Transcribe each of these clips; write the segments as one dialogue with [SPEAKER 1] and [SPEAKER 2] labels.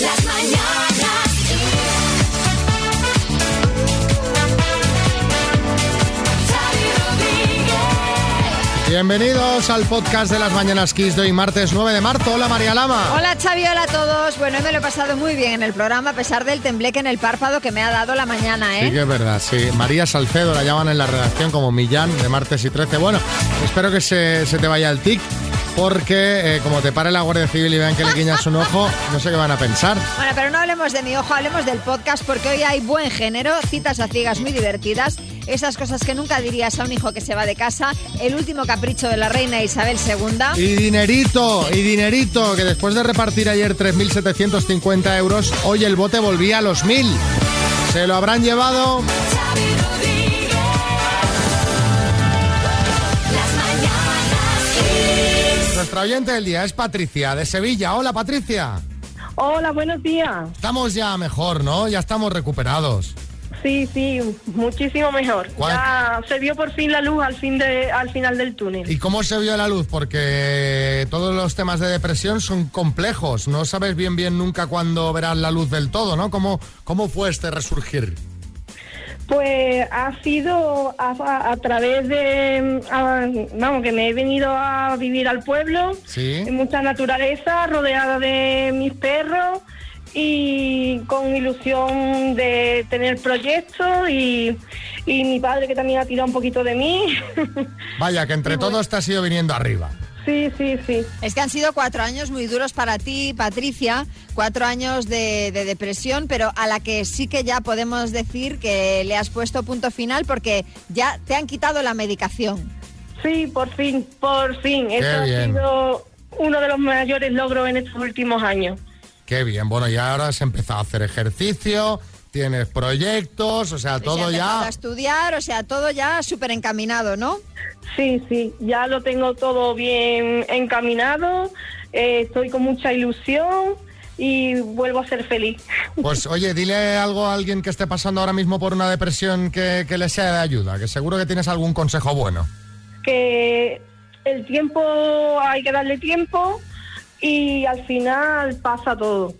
[SPEAKER 1] Las mañanas Kiss. Xavi Rodríguez.
[SPEAKER 2] Bienvenidos al podcast de las Mañanas Kiss de hoy martes 9 de marzo. Hola María Lama.
[SPEAKER 3] Hola Xavi, hola a todos. Bueno, me lo he pasado muy bien en el programa a pesar del tembleque en el párpado que me ha dado la mañana,
[SPEAKER 2] Sí
[SPEAKER 3] ¿eh?
[SPEAKER 2] que es verdad, sí. María Salcedo la llaman en la redacción como Millán de martes y 13. Bueno, espero que se, se te vaya el tic porque eh, como te pare la Guardia Civil y vean que le guiñas un ojo, no sé qué van a pensar.
[SPEAKER 3] Bueno, pero no hablemos de mi ojo, hablemos del podcast porque hoy hay buen género, citas a ciegas muy divertidas, esas cosas que nunca dirías a un hijo que se va de casa, el último capricho de la reina Isabel II.
[SPEAKER 2] Y dinerito, y dinerito, que después de repartir ayer 3.750 euros, hoy el bote volvía a los 1.000. Se lo habrán llevado
[SPEAKER 1] Xavi Rodríguez. Las mañanas Kiss.
[SPEAKER 2] Nuestra oyente del día es Patricia de Sevilla. Hola Patricia.
[SPEAKER 4] Hola, buenos días.
[SPEAKER 2] Estamos ya mejor, ¿no? Ya estamos recuperados.
[SPEAKER 4] Sí, sí, muchísimo mejor.
[SPEAKER 2] ¿Cuál?
[SPEAKER 4] Ya se vio por fin la luz al fin de, al final del túnel.
[SPEAKER 2] ¿Y cómo se vio la luz? Porque todos los temas de depresión son complejos. No sabes bien bien nunca cuándo verás la luz del todo, ¿no? ¿Cómo, cómo fue este resurgir?
[SPEAKER 4] Pues ha sido a, a- a través de, mm, a- vamos, que me he venido a vivir al pueblo,
[SPEAKER 2] Sí.
[SPEAKER 4] en mucha naturaleza, rodeada de mis perros y con ilusión de tener proyectos y, y mi padre que también ha tirado un poquito de mí.
[SPEAKER 2] Vaya, que entre todos te has ido viniendo arriba.
[SPEAKER 4] sí, sí, sí.
[SPEAKER 3] Es que han sido cuatro años muy duros para ti, Patricia, cuatro años de, de depresión, pero a la que sí que ya podemos decir que le has puesto punto final porque ya te han quitado la medicación.
[SPEAKER 4] Sí, por fin, por fin. Eso ha
[SPEAKER 2] bien.
[SPEAKER 4] sido uno de los mayores logros en estos últimos años.
[SPEAKER 2] Qué bien, bueno, y ahora has empezado a hacer ejercicio, tienes proyectos, o sea, todo
[SPEAKER 3] Se ha empezado A
[SPEAKER 2] ya...
[SPEAKER 3] estudiar, o sea, todo ya súper encaminado, ¿no?
[SPEAKER 4] Sí, sí, ya lo tengo todo bien encaminado, eh, estoy con mucha ilusión y vuelvo a ser feliz.
[SPEAKER 2] Pues oye, dile algo a alguien que esté pasando ahora mismo por una depresión que, que le sea de ayuda, que seguro que tienes algún consejo bueno.
[SPEAKER 4] Que el tiempo hay que darle tiempo y al final pasa todo.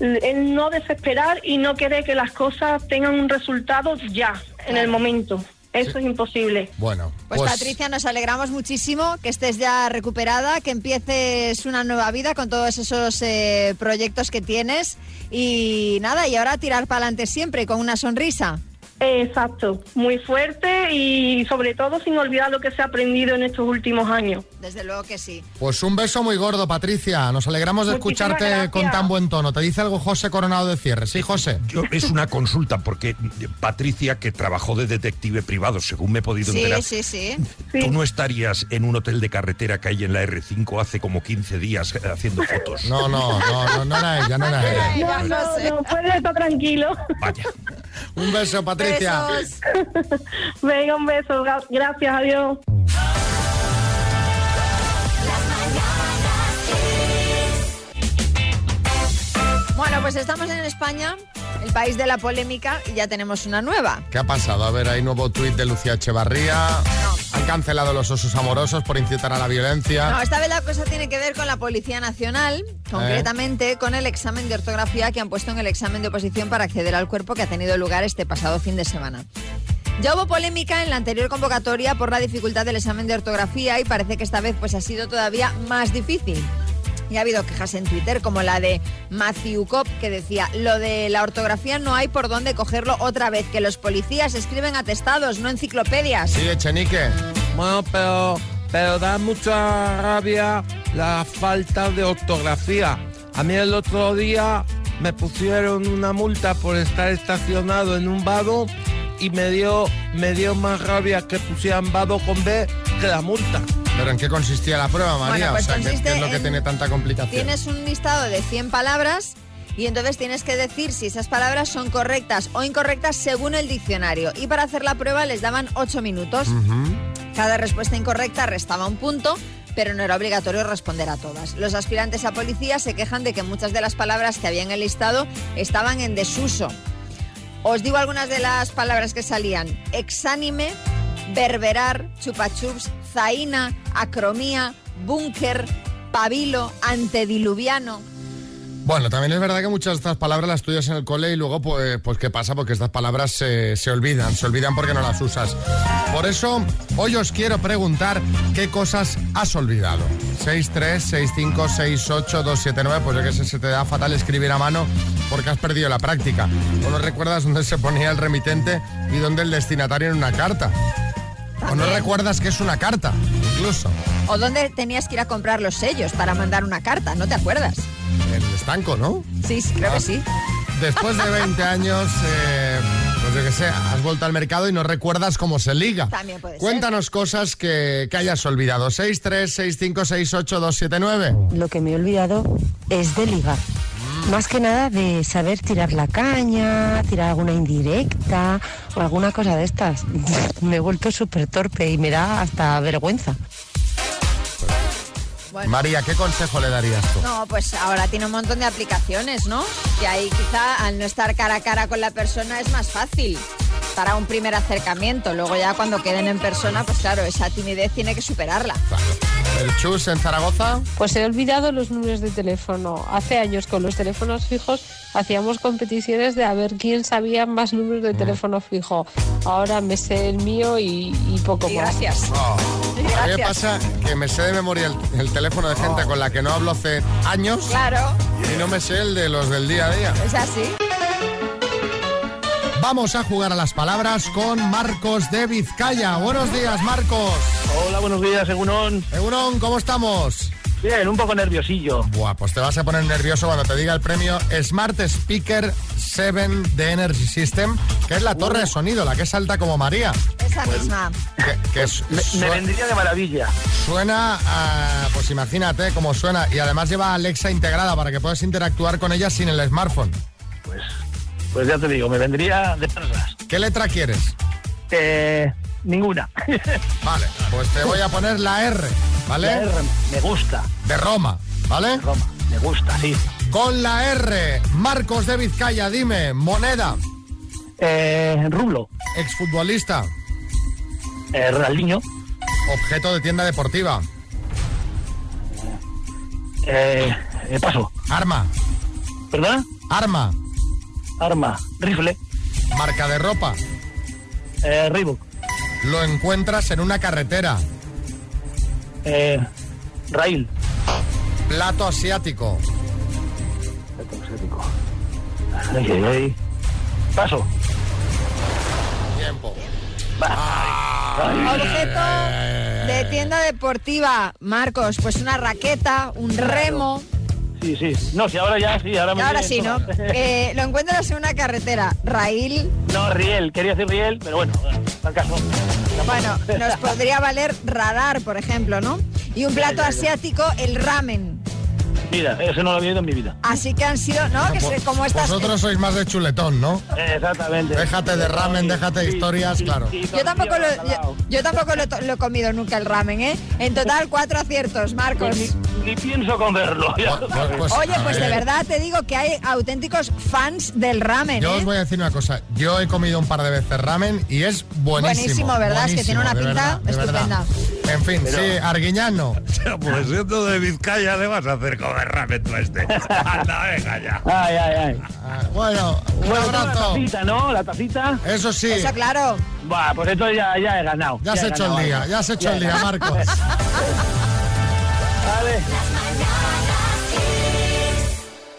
[SPEAKER 4] El no desesperar y no querer que las cosas tengan un resultado ya, en el momento. Eso es imposible.
[SPEAKER 2] Bueno,
[SPEAKER 3] Pues, Patricia, nos alegramos muchísimo que estés ya recuperada, que empieces una nueva vida con todos esos eh, proyectos que tienes y nada, y ahora tirar para adelante siempre con una sonrisa.
[SPEAKER 4] Exacto, muy fuerte y sobre todo sin olvidar lo que se ha aprendido en estos últimos años.
[SPEAKER 3] Desde luego que sí.
[SPEAKER 2] Pues un beso muy gordo, Patricia. Nos alegramos de
[SPEAKER 4] Muchísimas
[SPEAKER 2] escucharte
[SPEAKER 4] gracias.
[SPEAKER 2] con tan buen tono. Te dice algo José Coronado de Cierre. Sí, José.
[SPEAKER 5] Yo, es una consulta, porque Patricia, que trabajó de detective privado, según me he podido
[SPEAKER 3] Sí,
[SPEAKER 5] enterar,
[SPEAKER 3] sí, sí.
[SPEAKER 4] Sí.
[SPEAKER 5] tú no estarías en un hotel de carretera que hay en la R5 hace como 15 días eh, haciendo fotos.
[SPEAKER 2] No, no, no, no, no era ella, no era ella.
[SPEAKER 3] Ay,
[SPEAKER 4] No,
[SPEAKER 3] ya
[SPEAKER 4] no,
[SPEAKER 3] sé.
[SPEAKER 4] no, puedes estar tranquilo.
[SPEAKER 5] Vaya.
[SPEAKER 2] Un beso, Patricia.
[SPEAKER 3] Besos.
[SPEAKER 4] Venga, un beso, gra- gracias, adiós.
[SPEAKER 1] Las mañanas Kiss.
[SPEAKER 3] Bueno, pues estamos en España, el país de la polémica, y ya tenemos una nueva.
[SPEAKER 2] ¿Qué ha pasado? A ver, hay nuevo tuit de Lucía Echevarría. Han cancelado los osos amorosos por incitar a la
[SPEAKER 3] No,
[SPEAKER 2] violencia.
[SPEAKER 3] esta vez la cosa tiene que ver con la Policía Nacional, concretamente con el examen de ortografía que han puesto en el examen de oposición para acceder al cuerpo que ha tenido lugar este pasado fin de semana. Ya hubo polémica en la anterior convocatoria por la dificultad del examen de ortografía y parece que esta vez pues ha sido todavía más difícil. Y ha habido quejas en Twitter como la de Matthew Cop que decía, lo de la ortografía no hay por dónde cogerlo otra vez, que los policías escriben atestados, no enciclopedias.
[SPEAKER 2] Sí, Echenique.
[SPEAKER 6] Bueno, pero, pero da mucha rabia la falta de ortografía. A mí el otro día me pusieron una multa por estar estacionado en un vado y me dio, me dio más rabia que pusieran vado con B que la multa.
[SPEAKER 2] ¿Pero en qué consistía la prueba, María?
[SPEAKER 3] Bueno, pues
[SPEAKER 2] o sea, ¿qué- ¿qué,
[SPEAKER 3] consiste
[SPEAKER 2] es lo que
[SPEAKER 3] en-
[SPEAKER 2] tiene tanta complicación?
[SPEAKER 3] Tienes un listado de 100 palabras y entonces tienes que decir si esas palabras son correctas o incorrectas según el diccionario. Y para hacer la prueba les daban 8 minutos.
[SPEAKER 2] Ujú.
[SPEAKER 3] Cada respuesta incorrecta restaba un punto, pero no era obligatorio responder a todas. Los aspirantes a policía se quejan de que muchas de las palabras que habían enlistado estaban en desuso. Os digo algunas de las palabras que salían. Exánime, berberar, chupachups, zaina, acromía, búnker, pabilo, antediluviano.
[SPEAKER 2] Bueno, también es verdad que muchas de estas palabras las estudias en el cole y luego, pues, pues ¿qué pasa? Porque estas palabras se, se olvidan, se olvidan porque no las usas. Por eso, hoy os quiero preguntar qué cosas has olvidado. 636568279, pues yo que sé, se te da fatal escribir a mano porque has perdido la práctica. O no recuerdas dónde se ponía el remitente y dónde el destinatario en una carta. O no recuerdas que es una carta, incluso.
[SPEAKER 3] ¿O dónde tenías que ir a comprar los sellos para mandar una carta? ¿No te acuerdas?
[SPEAKER 2] El estanco, ¿no?
[SPEAKER 3] Sí, sí, creo que sí.
[SPEAKER 2] Después de 20 años, eh, pues yo qué sé, has vuelto al mercado y no recuerdas cómo se liga.
[SPEAKER 3] También puede ser.
[SPEAKER 2] Cuéntanos cosas que, que hayas olvidado. 636568279.
[SPEAKER 7] Lo que me he olvidado es de ligar. Más que nada de saber tirar la caña, tirar alguna indirecta o alguna cosa de estas. Me he vuelto súper torpe y me da hasta vergüenza.
[SPEAKER 3] Bueno.
[SPEAKER 2] María, ¿qué consejo le darías tú?
[SPEAKER 3] No, pues ahora tiene un montón de aplicaciones, ¿no? Y ahí quizá al no estar cara a cara con la persona es más fácil para un primer acercamiento. Luego ya cuando queden en persona, pues claro, esa timidez tiene que superarla.
[SPEAKER 2] Claro. El Chus en Zaragoza.
[SPEAKER 8] Pues he olvidado los números de teléfono. Hace años con los teléfonos fijos hacíamos competiciones de a ver quién sabía más números de teléfono fijo. Ahora me sé el mío y, y poco
[SPEAKER 3] Y
[SPEAKER 8] más.
[SPEAKER 3] gracias.
[SPEAKER 2] A mí me
[SPEAKER 3] Gracias.
[SPEAKER 2] pasa que me sé de memoria el, el teléfono de gente con la que no hablo hace años
[SPEAKER 3] Claro,
[SPEAKER 2] y no me sé el de los del día a día.
[SPEAKER 3] es así.
[SPEAKER 2] Vamos a jugar a las palabras con Marcos de Vizcaya. Buenos días, Marcos.
[SPEAKER 9] Hola, buenos días, Egunon.
[SPEAKER 2] Egunon, ¿cómo estamos?
[SPEAKER 9] Bien, un poco nerviosillo.
[SPEAKER 2] Buah, pues te vas a poner nervioso cuando te diga el premio Smart Speaker 7 de Energy System, que es la torre de sonido, la que salta como María.
[SPEAKER 3] Esa misma.
[SPEAKER 2] Que, que su-
[SPEAKER 9] Pues Me, me
[SPEAKER 2] su-
[SPEAKER 9] vendría de maravilla.
[SPEAKER 2] suena, a- pues imagínate cómo suena. Y además lleva Alexa integrada para que puedas interactuar con ella sin el smartphone.
[SPEAKER 9] Pues, pues ya te digo, me vendría de perlas.
[SPEAKER 2] ¿Qué letra quieres?
[SPEAKER 9] Eh, ninguna.
[SPEAKER 2] Vale, pues te voy a poner la R, ¿vale?
[SPEAKER 9] La R, me gusta.
[SPEAKER 2] De Roma, ¿vale?
[SPEAKER 9] Roma, me gusta, sí.
[SPEAKER 2] Con la R, Marcos de Vizcaya, dime, moneda,
[SPEAKER 9] Eh, rublo,
[SPEAKER 2] exfutbolista,
[SPEAKER 9] eh, Ronaldinho,
[SPEAKER 2] objeto de tienda deportiva,
[SPEAKER 9] eh, eh, paso,
[SPEAKER 2] arma,
[SPEAKER 9] ¿verdad?
[SPEAKER 2] arma,
[SPEAKER 9] Arma, rifle,
[SPEAKER 2] marca de ropa,
[SPEAKER 9] eh, Reebok,
[SPEAKER 2] lo encuentras en una carretera,
[SPEAKER 9] eh, rail,
[SPEAKER 2] plato asiático,
[SPEAKER 9] Asiático. Ay, ay, ay. paso,
[SPEAKER 2] tiempo.
[SPEAKER 3] Objeto de tienda deportiva, Marcos, pues una raqueta, un remo.
[SPEAKER 9] sí, sí, no, si ahora ya, sí, ahora
[SPEAKER 3] Y
[SPEAKER 9] me
[SPEAKER 3] ahora
[SPEAKER 9] viene
[SPEAKER 3] sí, ¿no?
[SPEAKER 9] todo.
[SPEAKER 3] Eh, lo encuentras en una carretera, raíl.
[SPEAKER 9] No, Riel, quería decir Riel, pero bueno, al caso.
[SPEAKER 3] Bueno, nos podría valer radar, por ejemplo, ¿no? Y un plato asiático, el ramen.
[SPEAKER 9] Mira, eso no lo había ido en mi vida.
[SPEAKER 3] Así que han sido, ¿no? Oh, Que se- como estas.
[SPEAKER 2] Vosotros sois más de chuletón, ¿no?
[SPEAKER 9] Exactamente.
[SPEAKER 2] Déjate de ramen, déjate de historias, claro.
[SPEAKER 3] Yo tampoco, lo, yo, yo tampoco lo, to- lo he comido nunca el ramen, ¿eh? En total, cuatro aciertos, Marcos.
[SPEAKER 9] Pues ni, ni pienso comerlo. ya.
[SPEAKER 3] Oye,
[SPEAKER 2] a
[SPEAKER 3] pues de
[SPEAKER 2] ver,
[SPEAKER 3] verdad te digo que hay auténticos fans del ramen,
[SPEAKER 2] Yo
[SPEAKER 3] ¿eh?
[SPEAKER 2] os voy a decir una cosa. Yo he comido un par de veces ramen y es buenísimo.
[SPEAKER 3] Buenísimo, ¿verdad? Es que tiene una
[SPEAKER 2] de
[SPEAKER 3] pinta
[SPEAKER 2] verdad, de verdad. En fin, sí, Arguiñano.
[SPEAKER 5] Pues siendo de Vizcaya le vas a hacer comer ramen tú a este. Anda, venga ya.
[SPEAKER 9] Ay, ay, ay.
[SPEAKER 2] Ah, Bueno, un
[SPEAKER 9] Bueno, tengo la
[SPEAKER 2] abrazo.
[SPEAKER 9] tacita, ¿no? La tacita.
[SPEAKER 2] Eso sí,
[SPEAKER 3] Eso, claro.
[SPEAKER 9] Buah, pues esto ya, ya he ganado.
[SPEAKER 2] ya has
[SPEAKER 9] he
[SPEAKER 2] hecho el
[SPEAKER 9] ganado
[SPEAKER 2] día,
[SPEAKER 9] algo.
[SPEAKER 2] ya has hecho el
[SPEAKER 9] he
[SPEAKER 2] día,
[SPEAKER 9] ganado.
[SPEAKER 2] Marcos.
[SPEAKER 9] Vale.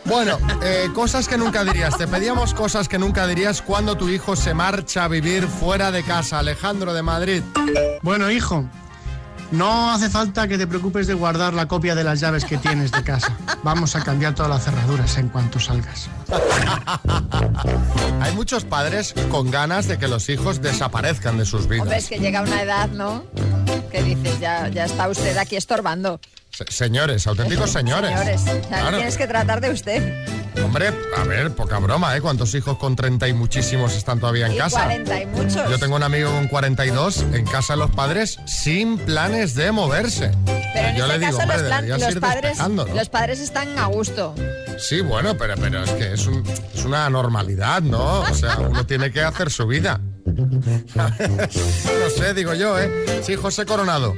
[SPEAKER 2] Bueno, eh, cosas que nunca dirías. Te pedíamos cosas que nunca dirías cuando tu hijo se marcha a vivir fuera de casa. Alejandro de Madrid.
[SPEAKER 10] Bueno, hijo, no hace falta que te preocupes de guardar la copia de las llaves que tienes de casa. Vamos a cambiar todas las cerraduras en cuanto salgas.
[SPEAKER 2] Hay muchos padres con ganas de que los hijos desaparezcan de sus
[SPEAKER 3] Hombre,
[SPEAKER 2] vidas.
[SPEAKER 3] es que llega una edad, ¿no? Que dices, ya, ya está usted aquí estorbando.
[SPEAKER 2] Se- señores, auténticos señores.
[SPEAKER 3] Señores, o sea,
[SPEAKER 2] Claro.
[SPEAKER 3] tienes que tratar de usted.
[SPEAKER 2] Hombre, a ver, poca broma, ¿eh? ¿Cuántos hijos con 30 y muchísimos están todavía en
[SPEAKER 3] Y
[SPEAKER 2] casa?
[SPEAKER 3] 40 y muchos.
[SPEAKER 2] Yo tengo un amigo con 42 en casa de los padres sin planes de moverse.
[SPEAKER 3] Pero en
[SPEAKER 2] yo
[SPEAKER 3] este
[SPEAKER 2] le digo,
[SPEAKER 3] caso
[SPEAKER 2] hombre,
[SPEAKER 3] los, plan-
[SPEAKER 2] deberías
[SPEAKER 3] los
[SPEAKER 2] ir
[SPEAKER 3] padres,
[SPEAKER 2] despejando, ¿no?
[SPEAKER 3] los padres están a gusto.
[SPEAKER 2] Sí, bueno, pero, pero es que es, un- es una normalidad, ¿no? O sea, uno tiene que hacer su vida. no sé, digo yo, ¿eh? Sí, José Coronado.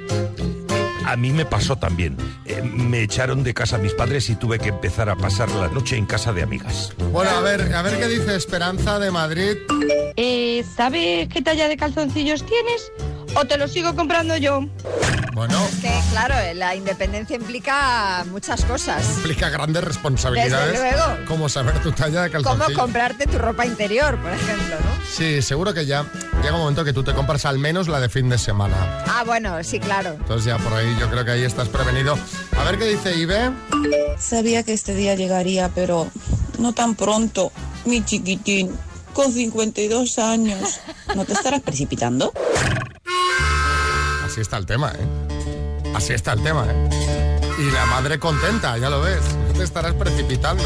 [SPEAKER 5] A mí me pasó también. Eh, me echaron de casa mis padres y tuve que empezar a pasar la noche en casa de amigas.
[SPEAKER 2] Bueno, a ver, a ver qué dice Esperanza de Madrid.
[SPEAKER 11] Eh, ¿Sabes qué talla de calzoncillos tienes? ¿O te los sigo comprando yo?
[SPEAKER 2] Bueno,
[SPEAKER 3] Es que, claro, eh, la independencia implica muchas cosas.
[SPEAKER 2] implica grandes responsabilidades.
[SPEAKER 3] Desde luego.
[SPEAKER 2] Como saber tu talla de
[SPEAKER 3] Como
[SPEAKER 2] calzoncillo.
[SPEAKER 3] comprarte tu ropa interior, por ejemplo, ¿no?
[SPEAKER 2] Sí, seguro que ya llega un momento que tú te compras al menos la de fin de semana.
[SPEAKER 3] Ah, bueno, sí, claro.
[SPEAKER 2] Entonces ya por ahí yo creo que ahí estás prevenido. A ver qué dice Ibe.
[SPEAKER 12] Sabía que este día llegaría, pero no tan pronto. Mi chiquitín, con 52 años. ¿No te estarás precipitando?
[SPEAKER 2] Así está el tema, ¿eh? Así está el tema, ¿eh? Y la madre contenta, ya lo ves. Te estarás precipitando.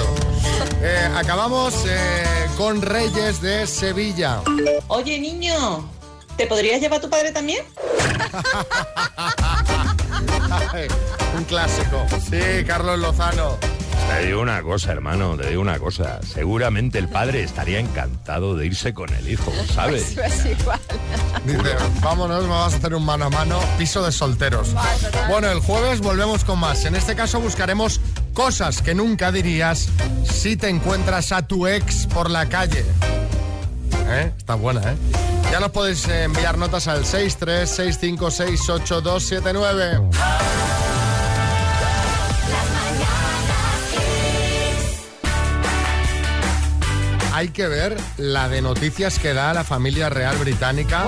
[SPEAKER 2] Eh, acabamos eh, con Reyes de Sevilla.
[SPEAKER 12] Oye, niño, ¿te podrías llevar a tu padre también?
[SPEAKER 2] Un clásico. Sí, Carlos Lozano.
[SPEAKER 5] Te digo una cosa, hermano, te digo una cosa. Seguramente el padre estaría encantado de irse con el hijo, ¿sabes?
[SPEAKER 3] Eso es igual.
[SPEAKER 2] Dice, vámonos, vamos a hacer un mano a mano, piso de solteros. Bueno, el jueves volvemos con más. En este caso buscaremos cosas que nunca dirías si te encuentras a tu ex por la calle. ¿Eh? Está buena, ¿eh? Ya nos podéis eh, enviar notas al 636568279.
[SPEAKER 1] Las mañanas kiss.
[SPEAKER 2] Hay que ver la de noticias que da la familia real británica.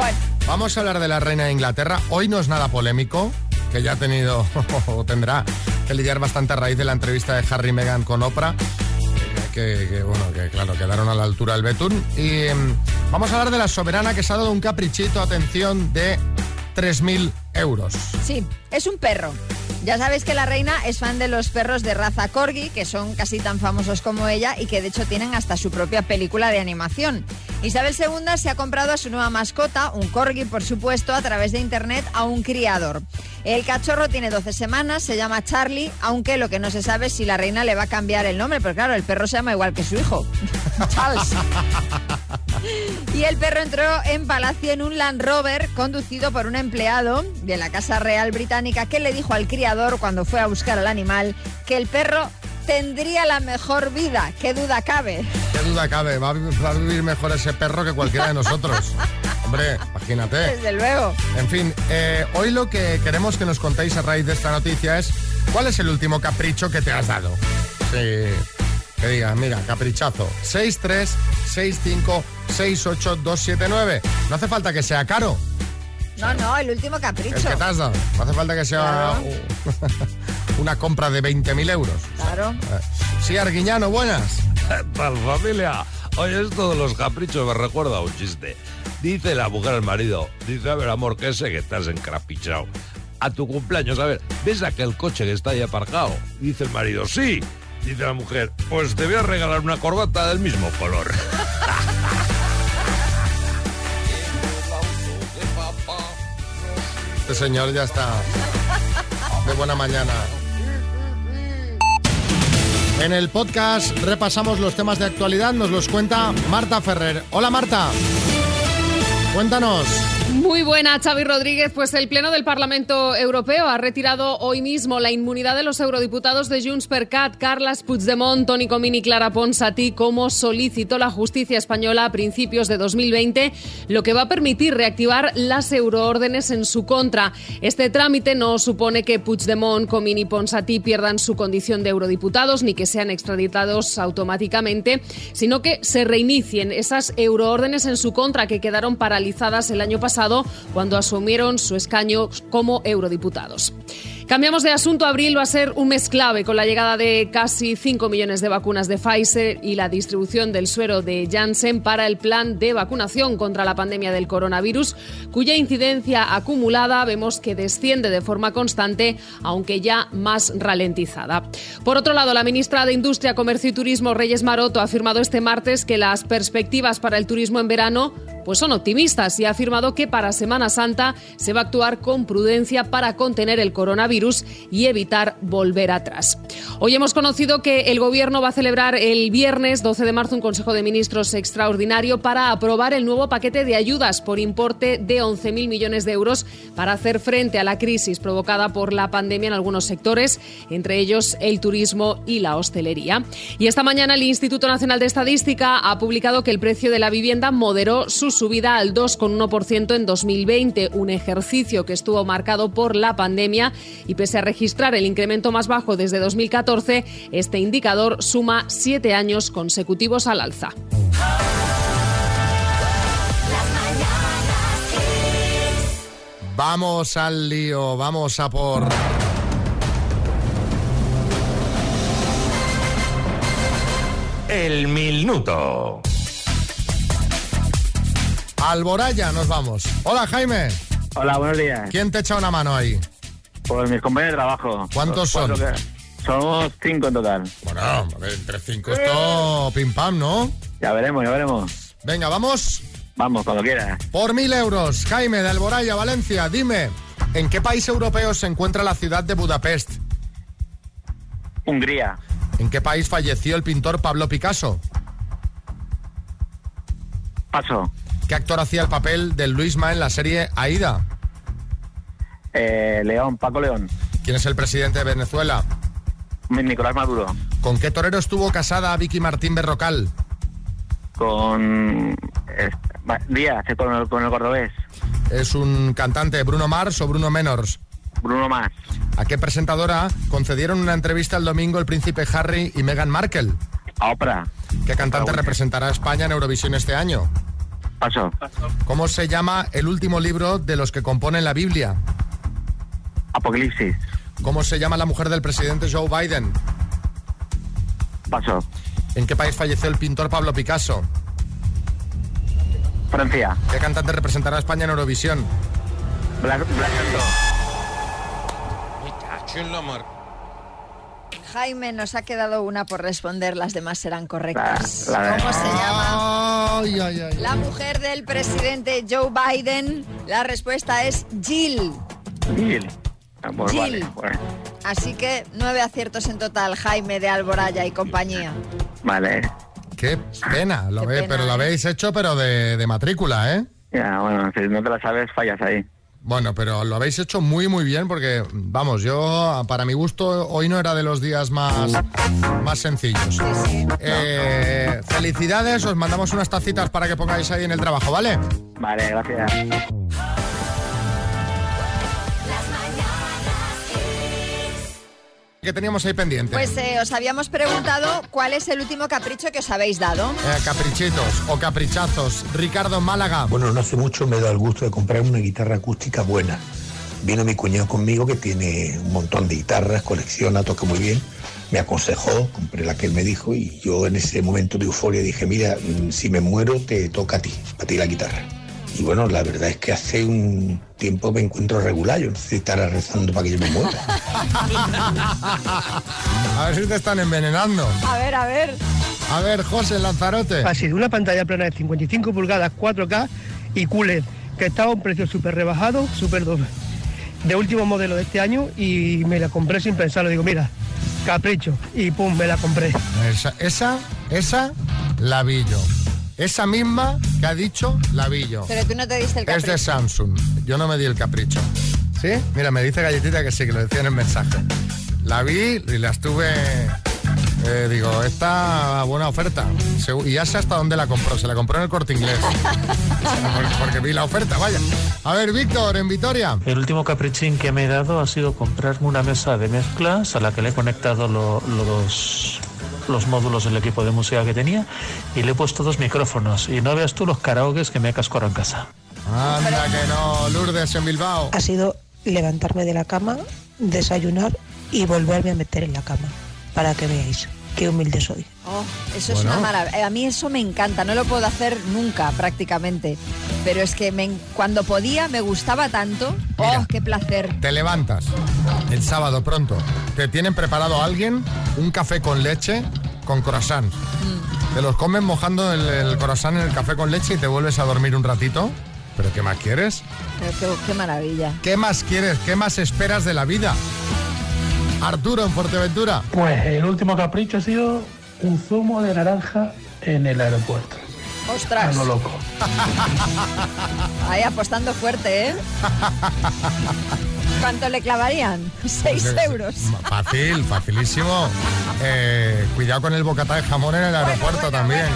[SPEAKER 2] Vamos a hablar de la reina de Inglaterra. Hoy no es nada polémico, que ya ha tenido o tendrá que lidiar bastante a raíz de la entrevista de Harry y Meghan con Oprah. eh, Que, que, bueno, que claro, quedaron a la altura del betún. Y em, vamos a hablar de la soberana que se ha dado un caprichito, atención, de 3.000 euros.
[SPEAKER 3] Sí, es un perro. Ya sabéis que la reina es fan de los perros de raza corgi, que son casi tan famosos como ella y que de hecho tienen hasta su propia película de animación. Isabel II se ha comprado a su nueva mascota, un corgi por supuesto, a través de internet a un criador. El cachorro tiene 12 semanas, se llama Charlie, aunque lo que no se sabe es si la reina le va a cambiar el nombre, pero claro, el perro se llama igual que su hijo, Charles. Y el perro entró en palacio en un Land Rover conducido por un empleado de la Casa Real Británica que le dijo al criador cuando fue a buscar al animal que el perro tendría la mejor vida, qué duda cabe.
[SPEAKER 2] Qué duda cabe, va a vi- va a vivir mejor ese perro que cualquiera de nosotros. Hombre, imagínate.
[SPEAKER 3] Desde luego.
[SPEAKER 2] En fin, eh, hoy lo que queremos que nos contéis a raíz de esta noticia es cuál es el último capricho que te has dado. Sí, que digas, mira, caprichazo. 63 65 68 279. No hace falta que sea caro.
[SPEAKER 3] No, no, el último
[SPEAKER 2] El
[SPEAKER 3] capricho.
[SPEAKER 2] que te has dado. No hace falta que sea
[SPEAKER 3] Claro.
[SPEAKER 2] uh, una compra de 20.000 euros.
[SPEAKER 3] Claro.
[SPEAKER 2] Eh, Sí, Arguiñano, buenas.
[SPEAKER 5] ¿Qué tal, familia? Oye, esto de los caprichos me recuerda a un chiste. Dice la mujer al marido, dice, a ver, amor, que sé que estás encrapichado. A tu cumpleaños, a ver, ¿ves aquel coche que está ahí aparcado? Dice el marido, sí. Dice la mujer, pues te voy a regalar una corbata del mismo color.
[SPEAKER 2] Este señor ya está de buena mañana. En el podcast repasamos los temas de actualidad, nos los cuenta Marta Ferrer. Hola Marta, cuéntanos.
[SPEAKER 13] Muy buena, Xavi Rodríguez. Pues el Pleno del Parlamento Europeo ha retirado hoy mismo la inmunidad de los eurodiputados de Junts per Cat, Carles Puigdemont, Toni Comín y Clara Ponsatí, como solicitó la justicia española a principios de 2020, lo que va a permitir reactivar las euroórdenes en su contra. Este trámite no supone que Puigdemont, Comín y Ponsatí pierdan su condición de eurodiputados ni que sean extraditados automáticamente, sino que se reinicien esas euroórdenes en su contra que quedaron paralizadas el año pasado cuando asumieron su escaño como eurodiputados. Cambiamos de asunto. Abril va a ser un mes clave con la llegada de casi 5 millones de vacunas de Pfizer y la distribución del suero de Janssen para el plan de vacunación contra la pandemia del coronavirus, cuya incidencia acumulada vemos que desciende de forma constante, aunque ya más ralentizada.
[SPEAKER 14] Ah,
[SPEAKER 13] Por otro lado, la ministra de Industria, Comercio y Turismo, Reyes Maroto, ha afirmado este martes que las perspectivas para el turismo en verano pues son optimistas y ha afirmado que para Semana Santa se va a actuar con prudencia para contener el coronavirus virus y evitar volver atrás. Hoy hemos conocido que el Gobierno va a celebrar el viernes 12 de marzo un Consejo de Ministros extraordinario para aprobar el nuevo paquete de ayudas por importe de 11.000 millones de euros para hacer frente a la crisis provocada por la pandemia en algunos sectores, entre ellos el turismo y la hostelería. Y esta mañana el Instituto Nacional de Estadística ha publicado que el precio de la vivienda moderó su subida al 2,1% en 2020, un ejercicio que estuvo marcado por la pandemia y pese a registrar el incremento más bajo desde 2014, este indicador suma siete años consecutivos al alza.
[SPEAKER 2] Vamos al lío, vamos a por...
[SPEAKER 15] El minuto.
[SPEAKER 2] Alboraya, nos vamos. Hola Jaime.
[SPEAKER 9] Hola, buenos días.
[SPEAKER 2] ¿Quién te echa una mano ahí?
[SPEAKER 9] Pues mis compañeros de trabajo.
[SPEAKER 2] ¿Cuántos
[SPEAKER 9] Los cuatro
[SPEAKER 2] son?
[SPEAKER 9] que- Somos cinco en total.
[SPEAKER 2] Bueno, a ver, entre cinco esto pim pam, ¿no?
[SPEAKER 9] Ya veremos, ya veremos.
[SPEAKER 2] Venga, vamos.
[SPEAKER 9] Vamos, cuando quieras.
[SPEAKER 2] Por mil euros, Jaime de Alboraya, Valencia, dime, ¿en qué país europeo se encuentra la ciudad de Budapest?
[SPEAKER 9] Hungría.
[SPEAKER 2] ¿En qué país falleció el pintor Pablo Picasso?
[SPEAKER 9] Paso.
[SPEAKER 2] ¿Qué actor hacía el papel de Luisma en la serie Aida?
[SPEAKER 9] Eh, León, Paco León.
[SPEAKER 2] ¿Quién es el presidente de Venezuela?
[SPEAKER 9] Nicolás Maduro.
[SPEAKER 2] ¿Con qué torero estuvo casada Vicky Martín Berrocal?
[SPEAKER 9] Con. eh, va- Díaz, eh, con el, con el cordobés.
[SPEAKER 2] ¿Es un cantante Bruno Mars o Bruno Menors?
[SPEAKER 9] Bruno Más.
[SPEAKER 2] ¿A qué presentadora concedieron una entrevista el domingo el príncipe Harry y Meghan Markle?
[SPEAKER 9] A Oprah.
[SPEAKER 2] ¿Qué cantante representará a España en Eurovisión este año?
[SPEAKER 9] Paso.
[SPEAKER 2] ¿Cómo se llama el último libro de los que componen la Biblia?
[SPEAKER 9] Apocalipsis.
[SPEAKER 2] ¿Cómo se llama la mujer del presidente Joe Biden?
[SPEAKER 9] Paso.
[SPEAKER 2] ¿En qué país falleció el pintor Pablo Picasso?
[SPEAKER 9] Francia.
[SPEAKER 2] ¿Qué cantante representará a España en Eurovisión?
[SPEAKER 9] Blas, Blas Cantó.
[SPEAKER 3] Jaime, nos ha quedado una por responder, las demás serán correctas.
[SPEAKER 2] La- la-
[SPEAKER 3] ¿Cómo se llama?
[SPEAKER 2] Ay, ay, ay.
[SPEAKER 3] La mujer del presidente Joe Biden. La respuesta es Jill.
[SPEAKER 9] Gil. Ah, pues
[SPEAKER 3] Gil.
[SPEAKER 9] vale, pues,
[SPEAKER 3] Así que nueve aciertos en total, Jaime de Alboraya y compañía.
[SPEAKER 9] vale.
[SPEAKER 2] Qué pena, lo ve-
[SPEAKER 3] ¿eh?
[SPEAKER 2] pero lo habéis hecho pero de, de matrícula, ¿eh?
[SPEAKER 9] Ya, bueno, si no te la sabes, fallas ahí.
[SPEAKER 2] Bueno, pero lo habéis hecho muy muy bien porque, vamos, yo para mi gusto hoy no era de los días más, más sencillos. Eh, felicidades, os mandamos unas tacitas para que pongáis ahí en el trabajo, ¿vale?
[SPEAKER 9] Vale, gracias.
[SPEAKER 2] Que teníamos ahí pendiente.
[SPEAKER 3] Pues eh, os habíamos preguntado cuál es el último capricho que os habéis dado.
[SPEAKER 2] Eh, caprichitos o caprichazos. Ricardo Málaga.
[SPEAKER 5] Bueno, no hace mucho me he dado el gusto de comprar una guitarra acústica buena. Vino mi cuñado conmigo que tiene un montón de guitarras, colecciona, toca muy bien. Me aconsejó, compré la que él me dijo y yo en ese momento de euforia dije, mira, mm, si me muero te toca a ti, a ti la guitarra. Y bueno, la verdad es que hace un tiempo me encuentro regular, yo no sé si estará rezando para que yo me muera.
[SPEAKER 2] A ver si te están envenenando.
[SPEAKER 3] A ver, a ver.
[SPEAKER 2] A ver, José Lanzarote.
[SPEAKER 6] Pues-
[SPEAKER 16] Así, de una pantalla plana de 55 pulgadas 4K y QLED, que estaba a un precio súper rebajado, súper doble, de último modelo de este año y me la compré sin pensarlo. Digo, mira, capricho y pum, me la compré.
[SPEAKER 2] Esa, esa, esa, Lavillo. Esa misma que ha dicho Lavillo.
[SPEAKER 3] Pero tú no te diste el
[SPEAKER 2] Es
[SPEAKER 3] capricho.
[SPEAKER 2] de Samsung. Yo no me di el capricho. ¿Sí? Mira, me dice Galletita que sí, que lo decía en el mensaje. La vi y la estuve... eh, digo, esta buena oferta. Segu- Y ya sé hasta dónde la compró. Se la compró en el corte inglés. Porque- Porque vi la oferta, vaya. A ver, Víctor, en Vitoria.
[SPEAKER 6] El último caprichín que me he dado ha sido comprarme una mesa de mezclas a la que le he conectado lo- los, los módulos del equipo de música que tenía y le he puesto dos micrófonos. Y no veas tú los karaokes que me he cascado en casa.
[SPEAKER 2] Anda que no, Lourdes en Bilbao.
[SPEAKER 4] Ha sido levantarme de la cama, desayunar y volverme a meter en la cama. Para que veáis qué humilde soy.
[SPEAKER 3] Oh, eso
[SPEAKER 4] Bueno.
[SPEAKER 3] es una maravilla. A mí eso me encanta, no lo puedo hacer nunca prácticamente. Pero es que me en- cuando podía me gustaba tanto. ¡Oh, qué placer!
[SPEAKER 2] Te levantas el sábado pronto. Te tienen preparado alguien un café con leche con croissant.
[SPEAKER 3] Mm.
[SPEAKER 2] Te los comes mojando el, el croissant en el café con leche y te vuelves a dormir un ratito. ¿Pero qué más quieres?
[SPEAKER 3] Pero qué, qué maravilla.
[SPEAKER 2] ¿Qué más quieres? ¿Qué más esperas de la vida? Arturo en Fuerteventura.
[SPEAKER 17] Pues el último capricho ha sido un zumo de naranja en el aeropuerto.
[SPEAKER 3] Ostras.
[SPEAKER 17] A lo loco.
[SPEAKER 3] Ahí apostando fuerte, ¿eh? ¿Cuánto le clavarían? Seis
[SPEAKER 2] Pues, eh,
[SPEAKER 3] euros.
[SPEAKER 2] Fácil, facilísimo. Eh, cuidado con el bocata de jamón en el aeropuerto también.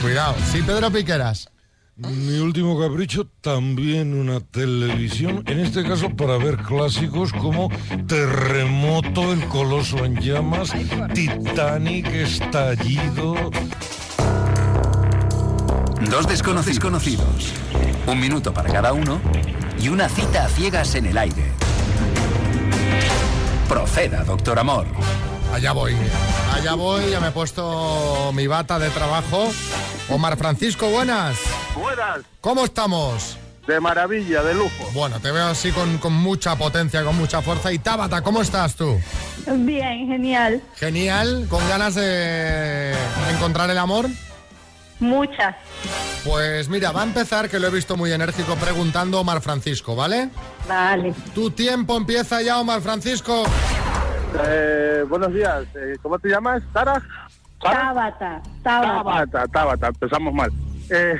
[SPEAKER 2] Cuidado. Sí, Pedro Piqueras.
[SPEAKER 5] Mi último capricho, también una televisión, en este caso para ver clásicos como Terremoto, El Coloso en Llamas, Titanic, Estallido.
[SPEAKER 6] Dos desconocidos conocidos, un minuto para cada uno y una cita a ciegas en el aire. Proceda, doctor Amor.
[SPEAKER 2] Allá voy. Allá voy, ya me he puesto mi bata de trabajo. Omar Francisco, buenas.
[SPEAKER 9] Buenas,
[SPEAKER 2] ¿Cómo estamos?
[SPEAKER 9] de maravilla, de lujo.
[SPEAKER 2] Bueno, te veo así con, con mucha potencia, con mucha fuerza. Y Tabata, ¿cómo estás tú?
[SPEAKER 4] Bien, genial.
[SPEAKER 2] Genial, con ganas de encontrar el amor.
[SPEAKER 4] Muchas.
[SPEAKER 2] Pues mira, va a empezar, que lo he visto muy enérgico, preguntando Omar Francisco, ¿vale?
[SPEAKER 4] Vale.
[SPEAKER 2] Tu tiempo empieza ya, Omar Francisco.
[SPEAKER 9] Eh, buenos días, eh, ¿cómo te llamas? ¿Sara?
[SPEAKER 4] Tabata, Tabata.
[SPEAKER 9] Tabata, Tabata, empezamos mal. Eh,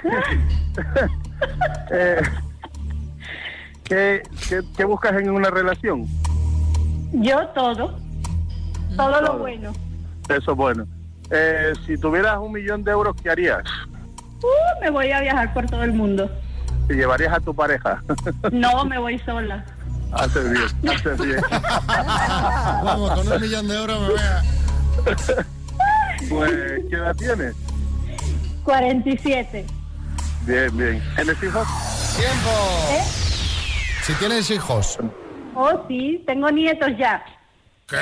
[SPEAKER 9] eh, ¿qué, qué, qué buscas en una relación?
[SPEAKER 4] Yo todo. Todo lo
[SPEAKER 9] Todo.
[SPEAKER 4] bueno.
[SPEAKER 9] Eso es bueno. Eh, si tuvieras un millón de euros, ¿qué harías?
[SPEAKER 4] Uh, me voy a viajar por todo el mundo.
[SPEAKER 9] ¿Te llevarías a tu pareja?
[SPEAKER 4] No, me voy sola.
[SPEAKER 9] Haces bien, haces bien.
[SPEAKER 2] Vamos, con un millón de euros me voy a...
[SPEAKER 9] Pues, ¿qué edad tienes?
[SPEAKER 4] 47.
[SPEAKER 9] Bien, bien. ¿Tienes hijos?
[SPEAKER 2] ¡Tiempo! ¿Eh? Si tienes hijos.
[SPEAKER 4] Oh, sí, tengo nietos ya.
[SPEAKER 2] ¿Qué?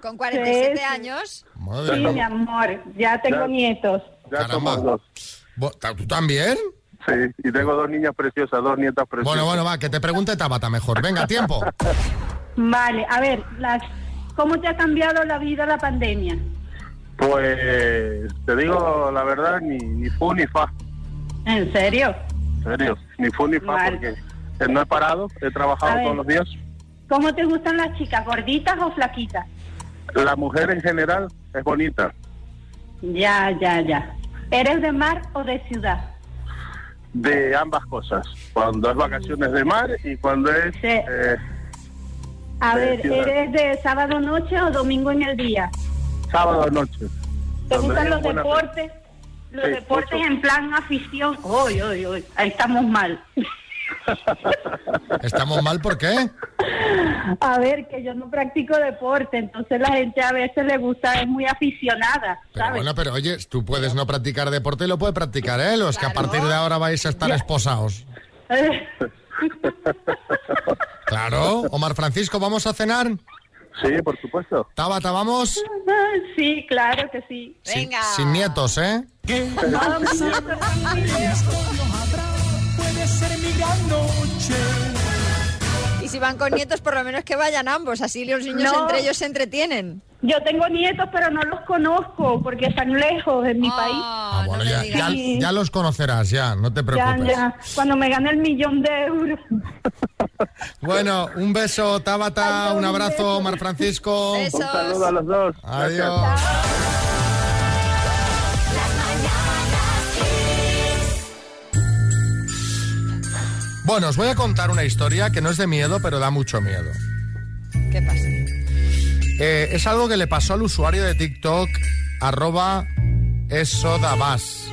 [SPEAKER 3] Con 47
[SPEAKER 4] Sí, sí.
[SPEAKER 3] años.
[SPEAKER 2] Madre
[SPEAKER 4] Sí,
[SPEAKER 2] mía.
[SPEAKER 4] mi amor, ya tengo
[SPEAKER 9] Ya.
[SPEAKER 4] nietos.
[SPEAKER 2] Caramba. Bo- ta- ¿Tú también?
[SPEAKER 9] Sí, y tengo dos niñas preciosas, dos nietas preciosas.
[SPEAKER 2] Bueno, bueno, va, que te pregunte Tabata mejor. Venga, tiempo.
[SPEAKER 4] Vale, a ver, las, ¿cómo te ha cambiado la vida la pandemia?
[SPEAKER 9] Pues te digo la verdad, ni, ni fu ni fa,
[SPEAKER 4] ¿En serio?
[SPEAKER 9] en serio, ni fu ni fa,
[SPEAKER 4] Vale.
[SPEAKER 9] porque eh, no he parado, he
[SPEAKER 4] A
[SPEAKER 9] trabajado
[SPEAKER 4] ver.
[SPEAKER 9] todos los días.
[SPEAKER 4] ¿Cómo te gustan las chicas, gorditas o flaquitas?
[SPEAKER 9] La mujer en general es bonita,
[SPEAKER 4] Ya, ya, ya. ¿Eres de mar o de ciudad?
[SPEAKER 9] de ambas cosas, cuando es vacaciones de mar y cuando es... eh,
[SPEAKER 4] A
[SPEAKER 9] De
[SPEAKER 4] ver,
[SPEAKER 9] ciudad.
[SPEAKER 4] ¿eres de sábado noche o domingo en el día?
[SPEAKER 9] sábado noche.
[SPEAKER 4] ¿Te
[SPEAKER 9] Cuando
[SPEAKER 4] gustan
[SPEAKER 9] hay
[SPEAKER 4] los
[SPEAKER 9] buena-
[SPEAKER 4] deportes? Los
[SPEAKER 9] Sí,
[SPEAKER 4] deportes
[SPEAKER 9] mucho.
[SPEAKER 4] en plan afición. Uy, uy, uy, ahí estamos mal.
[SPEAKER 2] ¿Estamos mal por qué?
[SPEAKER 4] A ver, que yo no practico deporte, entonces la gente a veces le gusta, es muy aficionada,
[SPEAKER 2] Pero
[SPEAKER 4] ¿sabes?
[SPEAKER 2] bueno, pero oye, tú puedes no practicar deporte y lo puedes practicar, ¿eh? Los que a partir de ahora vais a estar esposados. Claro. Omar Francisco, ¿vamos a cenar?
[SPEAKER 9] Sí, por supuesto.
[SPEAKER 2] Tabata, vamos.
[SPEAKER 4] sí, claro que sí. Venga.
[SPEAKER 2] Sin nietos, ¿eh?
[SPEAKER 4] No, mi nieto está muy lejos.
[SPEAKER 18] Puede ser mi gran noche.
[SPEAKER 3] Y si van con nietos, por lo menos que vayan ambos. Así los niños
[SPEAKER 4] No.
[SPEAKER 3] entre ellos se entretienen.
[SPEAKER 4] Yo tengo nietos, pero no los conozco porque están lejos en mi país.
[SPEAKER 2] Ah, bueno, ya, ya-
[SPEAKER 4] digas.
[SPEAKER 2] ya los conocerás, ya, no te
[SPEAKER 4] Ya,
[SPEAKER 2] preocupes.
[SPEAKER 4] ya, cuando me gane el millón de euros.
[SPEAKER 2] Bueno, un beso, Tabata, un abrazo, Omar Francisco.
[SPEAKER 4] Besos.
[SPEAKER 9] Un saludo a los dos.
[SPEAKER 2] Adiós. Bueno, os voy a contar una historia que no es de miedo, pero da mucho miedo.
[SPEAKER 3] ¿Qué pasa?
[SPEAKER 2] Eh, es algo que le pasó al usuario de TikTok, arroba esodabas,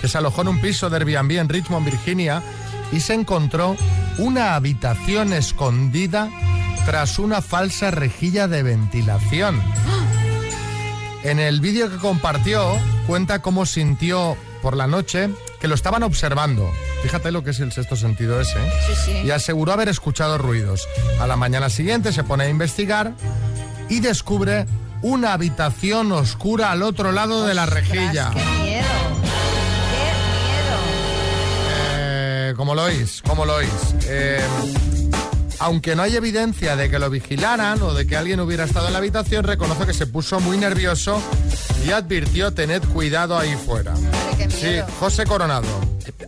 [SPEAKER 2] que se alojó en un piso de Airbnb en Richmond, Virginia, y se encontró una habitación escondida tras una falsa rejilla de ventilación. En el vídeo que compartió, cuenta cómo sintió por la noche que lo estaban observando. Fíjate lo que es el sexto sentido ese. ¿eh?
[SPEAKER 18] Sí, sí.
[SPEAKER 2] y aseguró haber escuchado ruidos. A la mañana siguiente se pone a investigar y descubre una habitación oscura al otro lado de la rejilla.
[SPEAKER 3] Miedo.
[SPEAKER 2] Eh, como lo oís, como lo oís. Eh, aunque no hay evidencia de que lo vigilaran o de que alguien hubiera estado en la habitación, reconoce que se puso muy nervioso y advirtió tened cuidado ahí fuera. Sí, José Coronado.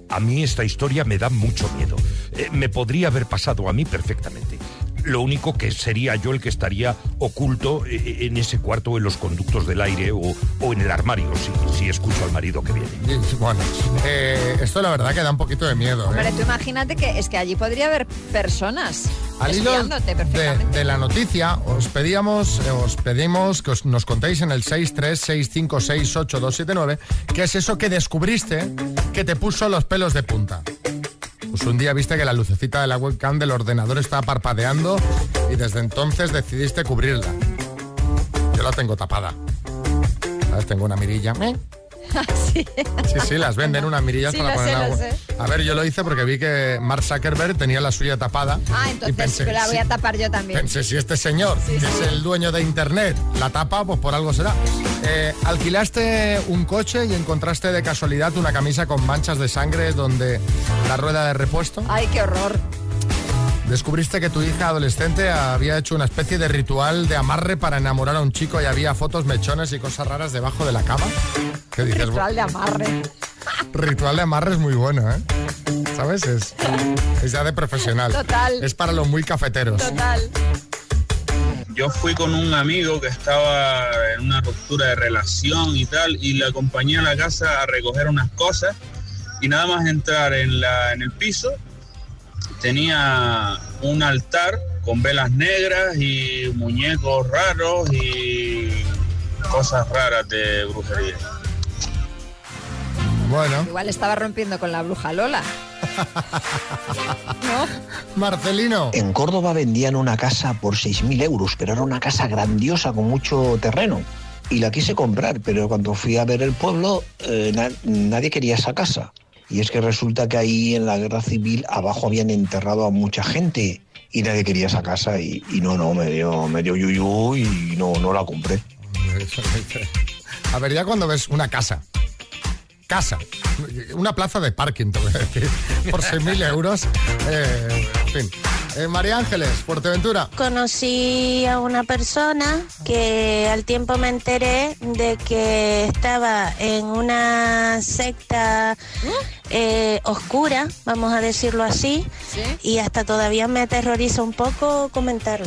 [SPEAKER 19] A mí esta historia me da mucho miedo. Eh, me podría haber pasado a mí perfectamente.
[SPEAKER 5] Lo único que sería yo el que estaría oculto eh, en ese cuarto, o en los conductos del aire o, o en el armario, si, si escucho al marido que viene.
[SPEAKER 2] Bueno, eh, esto la verdad que da un poquito de miedo. ¿eh?
[SPEAKER 3] Hombre, tú imagínate que es que allí podría haber personas
[SPEAKER 2] Al hilo
[SPEAKER 3] espiándote
[SPEAKER 2] de,
[SPEAKER 3] perfectamente.
[SPEAKER 2] de la noticia, os pedíamos, eh, os pedimos que os- nos contéis en el 636568279 qué es eso que descubriste que te puso los pelos de punta. Pues un día viste que la lucecita de la webcam del ordenador estaba parpadeando y desde entonces decidiste cubrirla. Yo la tengo tapada. ¿Sabes? Tengo una mirilla.
[SPEAKER 3] Sí.
[SPEAKER 2] Sí, sí, las venden unas mirillas
[SPEAKER 3] Sí,
[SPEAKER 2] para
[SPEAKER 3] lo
[SPEAKER 2] poner
[SPEAKER 3] sé, lo
[SPEAKER 2] agua.
[SPEAKER 3] sé.
[SPEAKER 2] A ver, yo lo hice porque vi que Mark Zuckerberg tenía la suya tapada.
[SPEAKER 3] Ah,
[SPEAKER 2] y
[SPEAKER 3] entonces
[SPEAKER 2] pensé,
[SPEAKER 3] la voy a
[SPEAKER 2] sí.
[SPEAKER 3] tapar yo también.
[SPEAKER 2] Pensé, si este señor,
[SPEAKER 3] Sí,
[SPEAKER 2] que
[SPEAKER 3] sí.
[SPEAKER 2] es el dueño de Internet, la tapa, pues por algo será. Eh, alquilaste un coche y encontraste de casualidad una camisa con manchas de sangre donde la rueda de repuesto.
[SPEAKER 3] Ay, qué horror.
[SPEAKER 2] Descubriste que tu hija adolescente había hecho una especie de ritual de amarre para enamorar a un chico y había fotos, mechones y cosas raras debajo de la cama. ¿Qué dices?
[SPEAKER 3] Ritual de amarre.
[SPEAKER 2] Ritual de amarre es muy bueno, ¿eh? ¿Sabes? Es, es ya de profesional.
[SPEAKER 3] Total.
[SPEAKER 2] Es para los muy cafeteros.
[SPEAKER 3] Total.
[SPEAKER 4] Yo fui con un amigo que estaba en una ruptura de relación y tal, y le acompañé a la casa a recoger unas cosas. Y nada más entrar en, la, en el piso, tenía un altar con velas negras y muñecos raros y cosas raras de brujería.
[SPEAKER 2] Bueno,
[SPEAKER 3] Igual estaba rompiendo con la bruja Lola.
[SPEAKER 2] Marcelino.
[SPEAKER 6] En Córdoba vendían una casa por 6.000 euros, pero era una casa grandiosa con mucho terreno. Y la quise comprar, pero cuando fui a ver el pueblo, eh, na- nadie quería esa casa. Y es que resulta que ahí en la guerra civil abajo habían enterrado a mucha gente y nadie quería esa casa. Y, y no, no, me dio, me dio yuyu y no, no la compré.
[SPEAKER 2] A ver, ya cuando ves una casa. Casa. Una plaza de parking, te voy a decir. Por 6.000 euros. eh, en fin. Eh, María Ángeles, Fuerteventura.
[SPEAKER 14] Conocí a una persona que al tiempo me enteré de que estaba en una secta eh, oscura, vamos a decirlo así, y hasta todavía me aterroriza un poco comentarlo.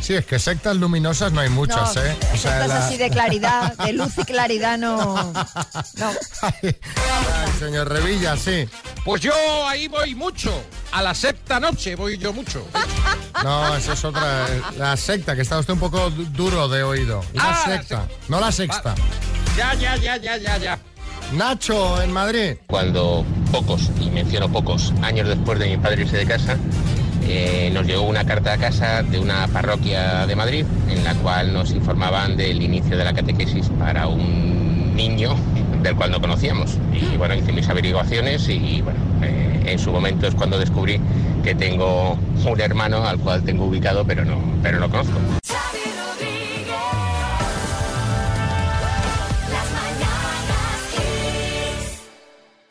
[SPEAKER 2] Sí, es que sectas luminosas no hay muchas,
[SPEAKER 3] No,
[SPEAKER 2] ¿eh? O sea,
[SPEAKER 3] Estás
[SPEAKER 2] la-
[SPEAKER 3] así de claridad, de luz y claridad no.
[SPEAKER 2] Ay, señor Revilla, sí.
[SPEAKER 20] Pues yo ahí voy mucho. A la septa noche voy yo mucho.
[SPEAKER 2] No, esa es otra. eh, La secta, que está usted un poco du- duro de oído.
[SPEAKER 20] Ah,
[SPEAKER 2] La
[SPEAKER 20] la
[SPEAKER 2] secta, no la sexta.
[SPEAKER 20] Ya, ya, ya, ya, ya, ya.
[SPEAKER 2] Nacho, en Madrid.
[SPEAKER 21] Cuando pocos, y menciono pocos, años después de mi padre irse de casa, eh, nos llegó una carta a casa de una parroquia de Madrid en la cual nos informaban del inicio de la catequesis para un niño del cual no conocíamos. Y bueno, hice mis averiguaciones y bueno, eh, en su momento es cuando descubrí que tengo un hermano al cual tengo ubicado, pero no, pero no conozco.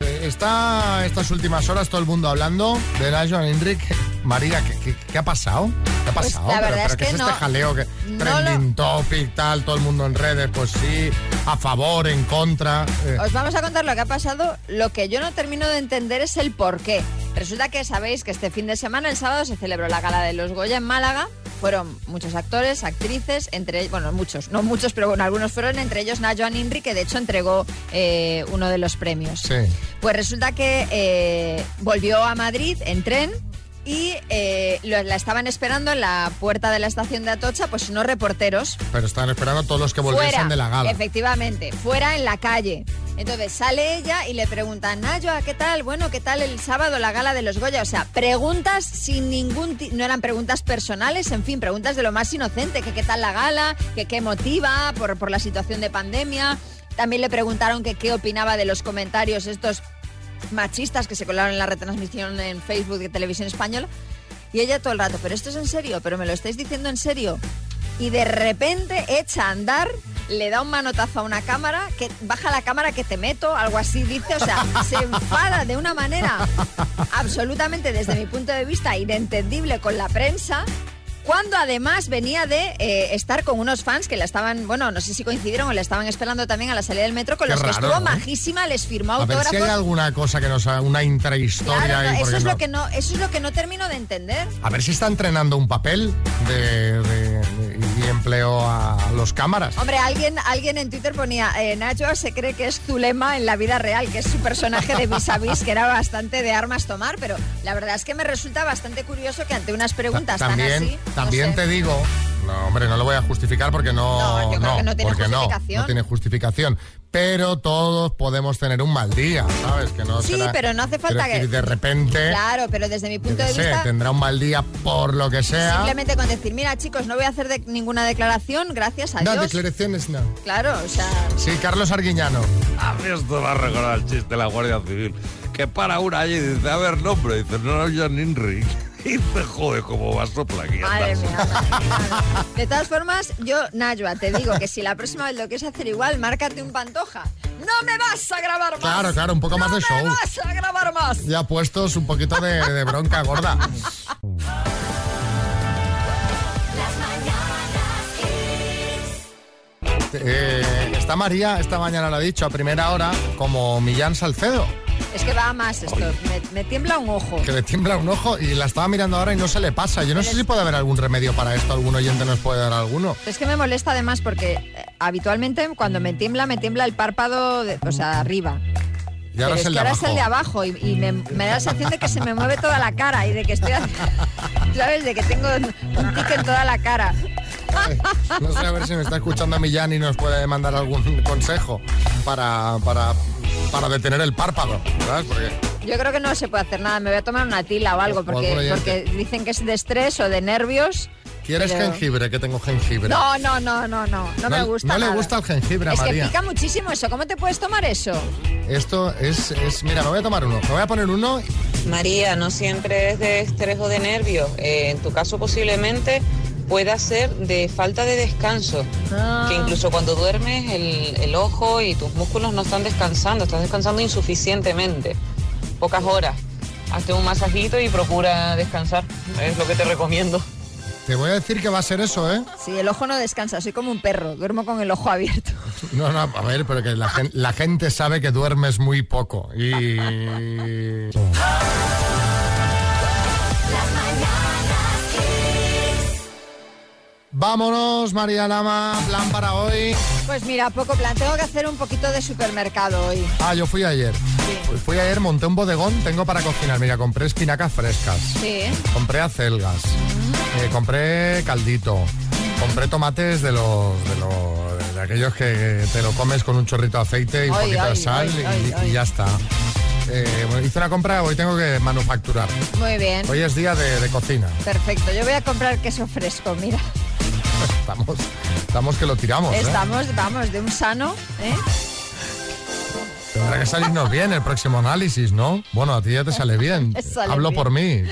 [SPEAKER 2] Eh, Está estas últimas horas todo el mundo hablando de Nacho Enrique. María, ¿qué, qué, qué ha pasado? ¿Qué ha
[SPEAKER 3] Pues
[SPEAKER 2] pasado?
[SPEAKER 3] la
[SPEAKER 2] Pero-
[SPEAKER 3] verdad
[SPEAKER 2] pero
[SPEAKER 3] es
[SPEAKER 2] ¿qué
[SPEAKER 3] que
[SPEAKER 2] es
[SPEAKER 3] no-
[SPEAKER 2] este jaleo que
[SPEAKER 3] no
[SPEAKER 2] trending topic, tal, todo el mundo en redes, pues sí, a favor, en contra. eh.
[SPEAKER 3] Os vamos a contar lo que ha pasado. Lo que yo no termino de entender es el por qué. Resulta que sabéis que este fin de semana, el sábado, se celebró la gala de los Goya en Málaga. Fueron muchos actores, actrices, entre ellos, bueno, muchos, no muchos, pero bueno, algunos fueron, entre ellos Nayoan Inri, que de hecho entregó eh, uno de los premios.
[SPEAKER 2] Sí.
[SPEAKER 3] Pues resulta que eh, volvió a Madrid en tren y eh, lo- la estaban esperando en la puerta de la estación de Atocha, pues unos reporteros
[SPEAKER 2] Pero están esperando todos los que volviesen
[SPEAKER 3] fuera,
[SPEAKER 2] de la gala.
[SPEAKER 3] Efectivamente, fuera en la calle. Entonces sale ella y le preguntan, Nayoa, ¿qué tal? Bueno, ¿qué tal el sábado la gala de los Goya? O sea, preguntas sin ningún... ti- No eran preguntas personales, en fin, preguntas de lo más inocente, que qué tal la gala, que qué motiva por, por la situación de pandemia. También le preguntaron que qué opinaba de los comentarios estos machistas que se colaron en la retransmisión en Facebook de Televisión Española. Y ella todo el rato, pero esto es en serio, pero me lo estáis diciendo en serio. Y de repente echa a andar, le da un manotazo a una cámara, que baja la cámara que te meto, algo así dice, o sea, se enfada de una manera absolutamente desde mi punto de vista inentendible con la prensa. Cuando además venía de eh, estar con unos fans que la estaban, bueno, no sé si coincidieron o la estaban esperando también a la salida del metro, con
[SPEAKER 2] Qué
[SPEAKER 3] los que
[SPEAKER 2] raro,
[SPEAKER 3] estuvo
[SPEAKER 2] ¿no?
[SPEAKER 3] majísima, les firmó
[SPEAKER 2] A ver
[SPEAKER 3] autógrafos.
[SPEAKER 2] si hay alguna cosa que nos haga una intrahistoria
[SPEAKER 3] Claro,
[SPEAKER 2] ahí,
[SPEAKER 3] no, eso
[SPEAKER 2] porque
[SPEAKER 3] es
[SPEAKER 2] no.
[SPEAKER 3] lo que no, eso es lo que no termino de entender.
[SPEAKER 2] A ver si está entrenando un papel de, de- de- y empleo a los cámaras.
[SPEAKER 3] Hombre, alguien, alguien en Twitter ponía eh, Nacho se cree que es Zulema en la vida real, que es su personaje de vis a vis, que era bastante de armas tomar, pero la verdad es que me resulta bastante curioso que ante unas preguntas tan
[SPEAKER 2] también
[SPEAKER 3] así. no
[SPEAKER 2] también
[SPEAKER 3] sé.
[SPEAKER 2] te digo. No, hombre, no lo voy a justificar porque no.
[SPEAKER 3] No, yo creo que no tiene
[SPEAKER 2] porque No,
[SPEAKER 3] justificación.
[SPEAKER 2] no tiene justificación. Pero todos podemos tener un mal día, ¿sabes? Que no
[SPEAKER 3] sí,
[SPEAKER 2] será-
[SPEAKER 3] pero no hace
[SPEAKER 2] quiero
[SPEAKER 3] falta que.
[SPEAKER 2] decir, de repente,
[SPEAKER 3] Claro, pero desde mi
[SPEAKER 2] yo
[SPEAKER 3] punto
[SPEAKER 2] qué
[SPEAKER 3] de
[SPEAKER 2] sé,
[SPEAKER 3] vista.
[SPEAKER 2] tendrá un mal día por lo que sea.
[SPEAKER 3] Simplemente con decir, mira chicos, no voy a hacer de- ninguna declaración, gracias a
[SPEAKER 2] No,
[SPEAKER 3] Dios.
[SPEAKER 2] declaraciones no.
[SPEAKER 3] Claro, o sea,
[SPEAKER 2] Sí, Carlos Arguiñano.
[SPEAKER 5] A mí esto me ha recordado el chiste de la Guardia Civil. Que para una allí y dice, a ver, nombre. Dice, no, no, ya Ninri. Y dice, joder, cómo vas sopla aquí.
[SPEAKER 3] Madre mía, de todas formas, yo, Najwa, te digo que si la próxima vez lo quieres hacer igual, márcate un pantoja. ¡No me vas a grabar más!
[SPEAKER 2] Claro, claro, un poco más de show.
[SPEAKER 3] ¡Vas a grabar más!
[SPEAKER 2] Ya puestos un poquito de, de bronca gorda. Eh, está María, esta mañana lo ha dicho a primera hora, como Millán Salcedo,
[SPEAKER 3] Es que va a más esto, me, me tiembla un ojo.
[SPEAKER 2] que le tiembla un ojo y la estaba mirando ahora y no se le pasa. Yo no sé si puede haber algún remedio para esto, algún oyente nos puede dar alguno.
[SPEAKER 3] Es que me molesta además porque eh, habitualmente cuando me tiembla, me tiembla el párpado, de- o sea, arriba.
[SPEAKER 2] Y ahora
[SPEAKER 3] Pero
[SPEAKER 2] es el
[SPEAKER 3] que
[SPEAKER 2] de
[SPEAKER 3] ahora
[SPEAKER 2] abajo.
[SPEAKER 3] es el de abajo y, y me, me da la sensación de que se me mueve toda la cara y de que estoy, ¿sabes? De que tengo un tic en toda la cara.
[SPEAKER 2] No sé a ver si me está escuchando Millán y nos puede mandar algún consejo para, para, para detener el párpado, ¿verdad? Porque-
[SPEAKER 3] Yo creo que no se puede hacer nada, me voy a tomar una tila o algo, porque,
[SPEAKER 2] algún oyente.
[SPEAKER 3] porque dicen que es de estrés o de nervios.
[SPEAKER 2] ¿Quieres
[SPEAKER 3] pero-
[SPEAKER 2] jengibre? Que tengo jengibre.
[SPEAKER 3] No, no, no, no, no, no me gusta.
[SPEAKER 2] No
[SPEAKER 3] nada.
[SPEAKER 2] le gusta el jengibre a
[SPEAKER 3] Es que
[SPEAKER 2] María.
[SPEAKER 3] pica muchísimo eso, ¿cómo te puedes tomar eso?
[SPEAKER 2] Esto es, es- Mira, me voy a tomar uno. Me voy a poner uno.
[SPEAKER 8] María, no siempre es de estrés o de nervios. Eh, en tu caso posiblemente pueda ser de falta de descanso. Que incluso cuando duermes el, el ojo y tus músculos no están descansando, estás descansando insuficientemente, pocas horas. Hazte un masajito y procura descansar, es lo que te recomiendo.
[SPEAKER 2] Te voy a decir que va a ser eso, ¿eh?
[SPEAKER 3] Sí, el ojo no descansa, soy como un perro, duermo con el ojo abierto.
[SPEAKER 2] No, no, a ver, pero que la, gen- la gente sabe que duermes muy poco. Y. Vámonos, María Lama, plan para hoy.
[SPEAKER 3] Pues mira, poco plan, tengo que hacer un poquito de supermercado hoy.
[SPEAKER 2] Ah, yo fui ayer. Pues Fui ayer, monté un bodegón, tengo para cocinar. Mira, compré espinacas frescas.
[SPEAKER 3] Sí.
[SPEAKER 2] Compré acelgas, eh, compré caldito, compré tomates de los, de los- de aquellos que te lo comes con un chorrito de aceite y un
[SPEAKER 10] Ay,
[SPEAKER 2] poquito
[SPEAKER 10] ay,
[SPEAKER 2] de sal
[SPEAKER 10] ay,
[SPEAKER 2] y,
[SPEAKER 10] ay, ay.
[SPEAKER 2] y ya está. Eh, bueno, hice una compra, hoy tengo que manufacturar.
[SPEAKER 3] Muy bien.
[SPEAKER 2] Hoy es día de, de cocina.
[SPEAKER 3] Perfecto, yo voy a comprar queso fresco, mira.
[SPEAKER 2] Estamos, estamos que lo tiramos. ¿eh?
[SPEAKER 3] Estamos, vamos, de un sano, ¿eh?
[SPEAKER 2] Tendrá que salirnos bien el próximo análisis, ¿no? Bueno, a ti ya te sale bien.
[SPEAKER 3] Sale
[SPEAKER 2] Hablo
[SPEAKER 3] bien.
[SPEAKER 2] por mí.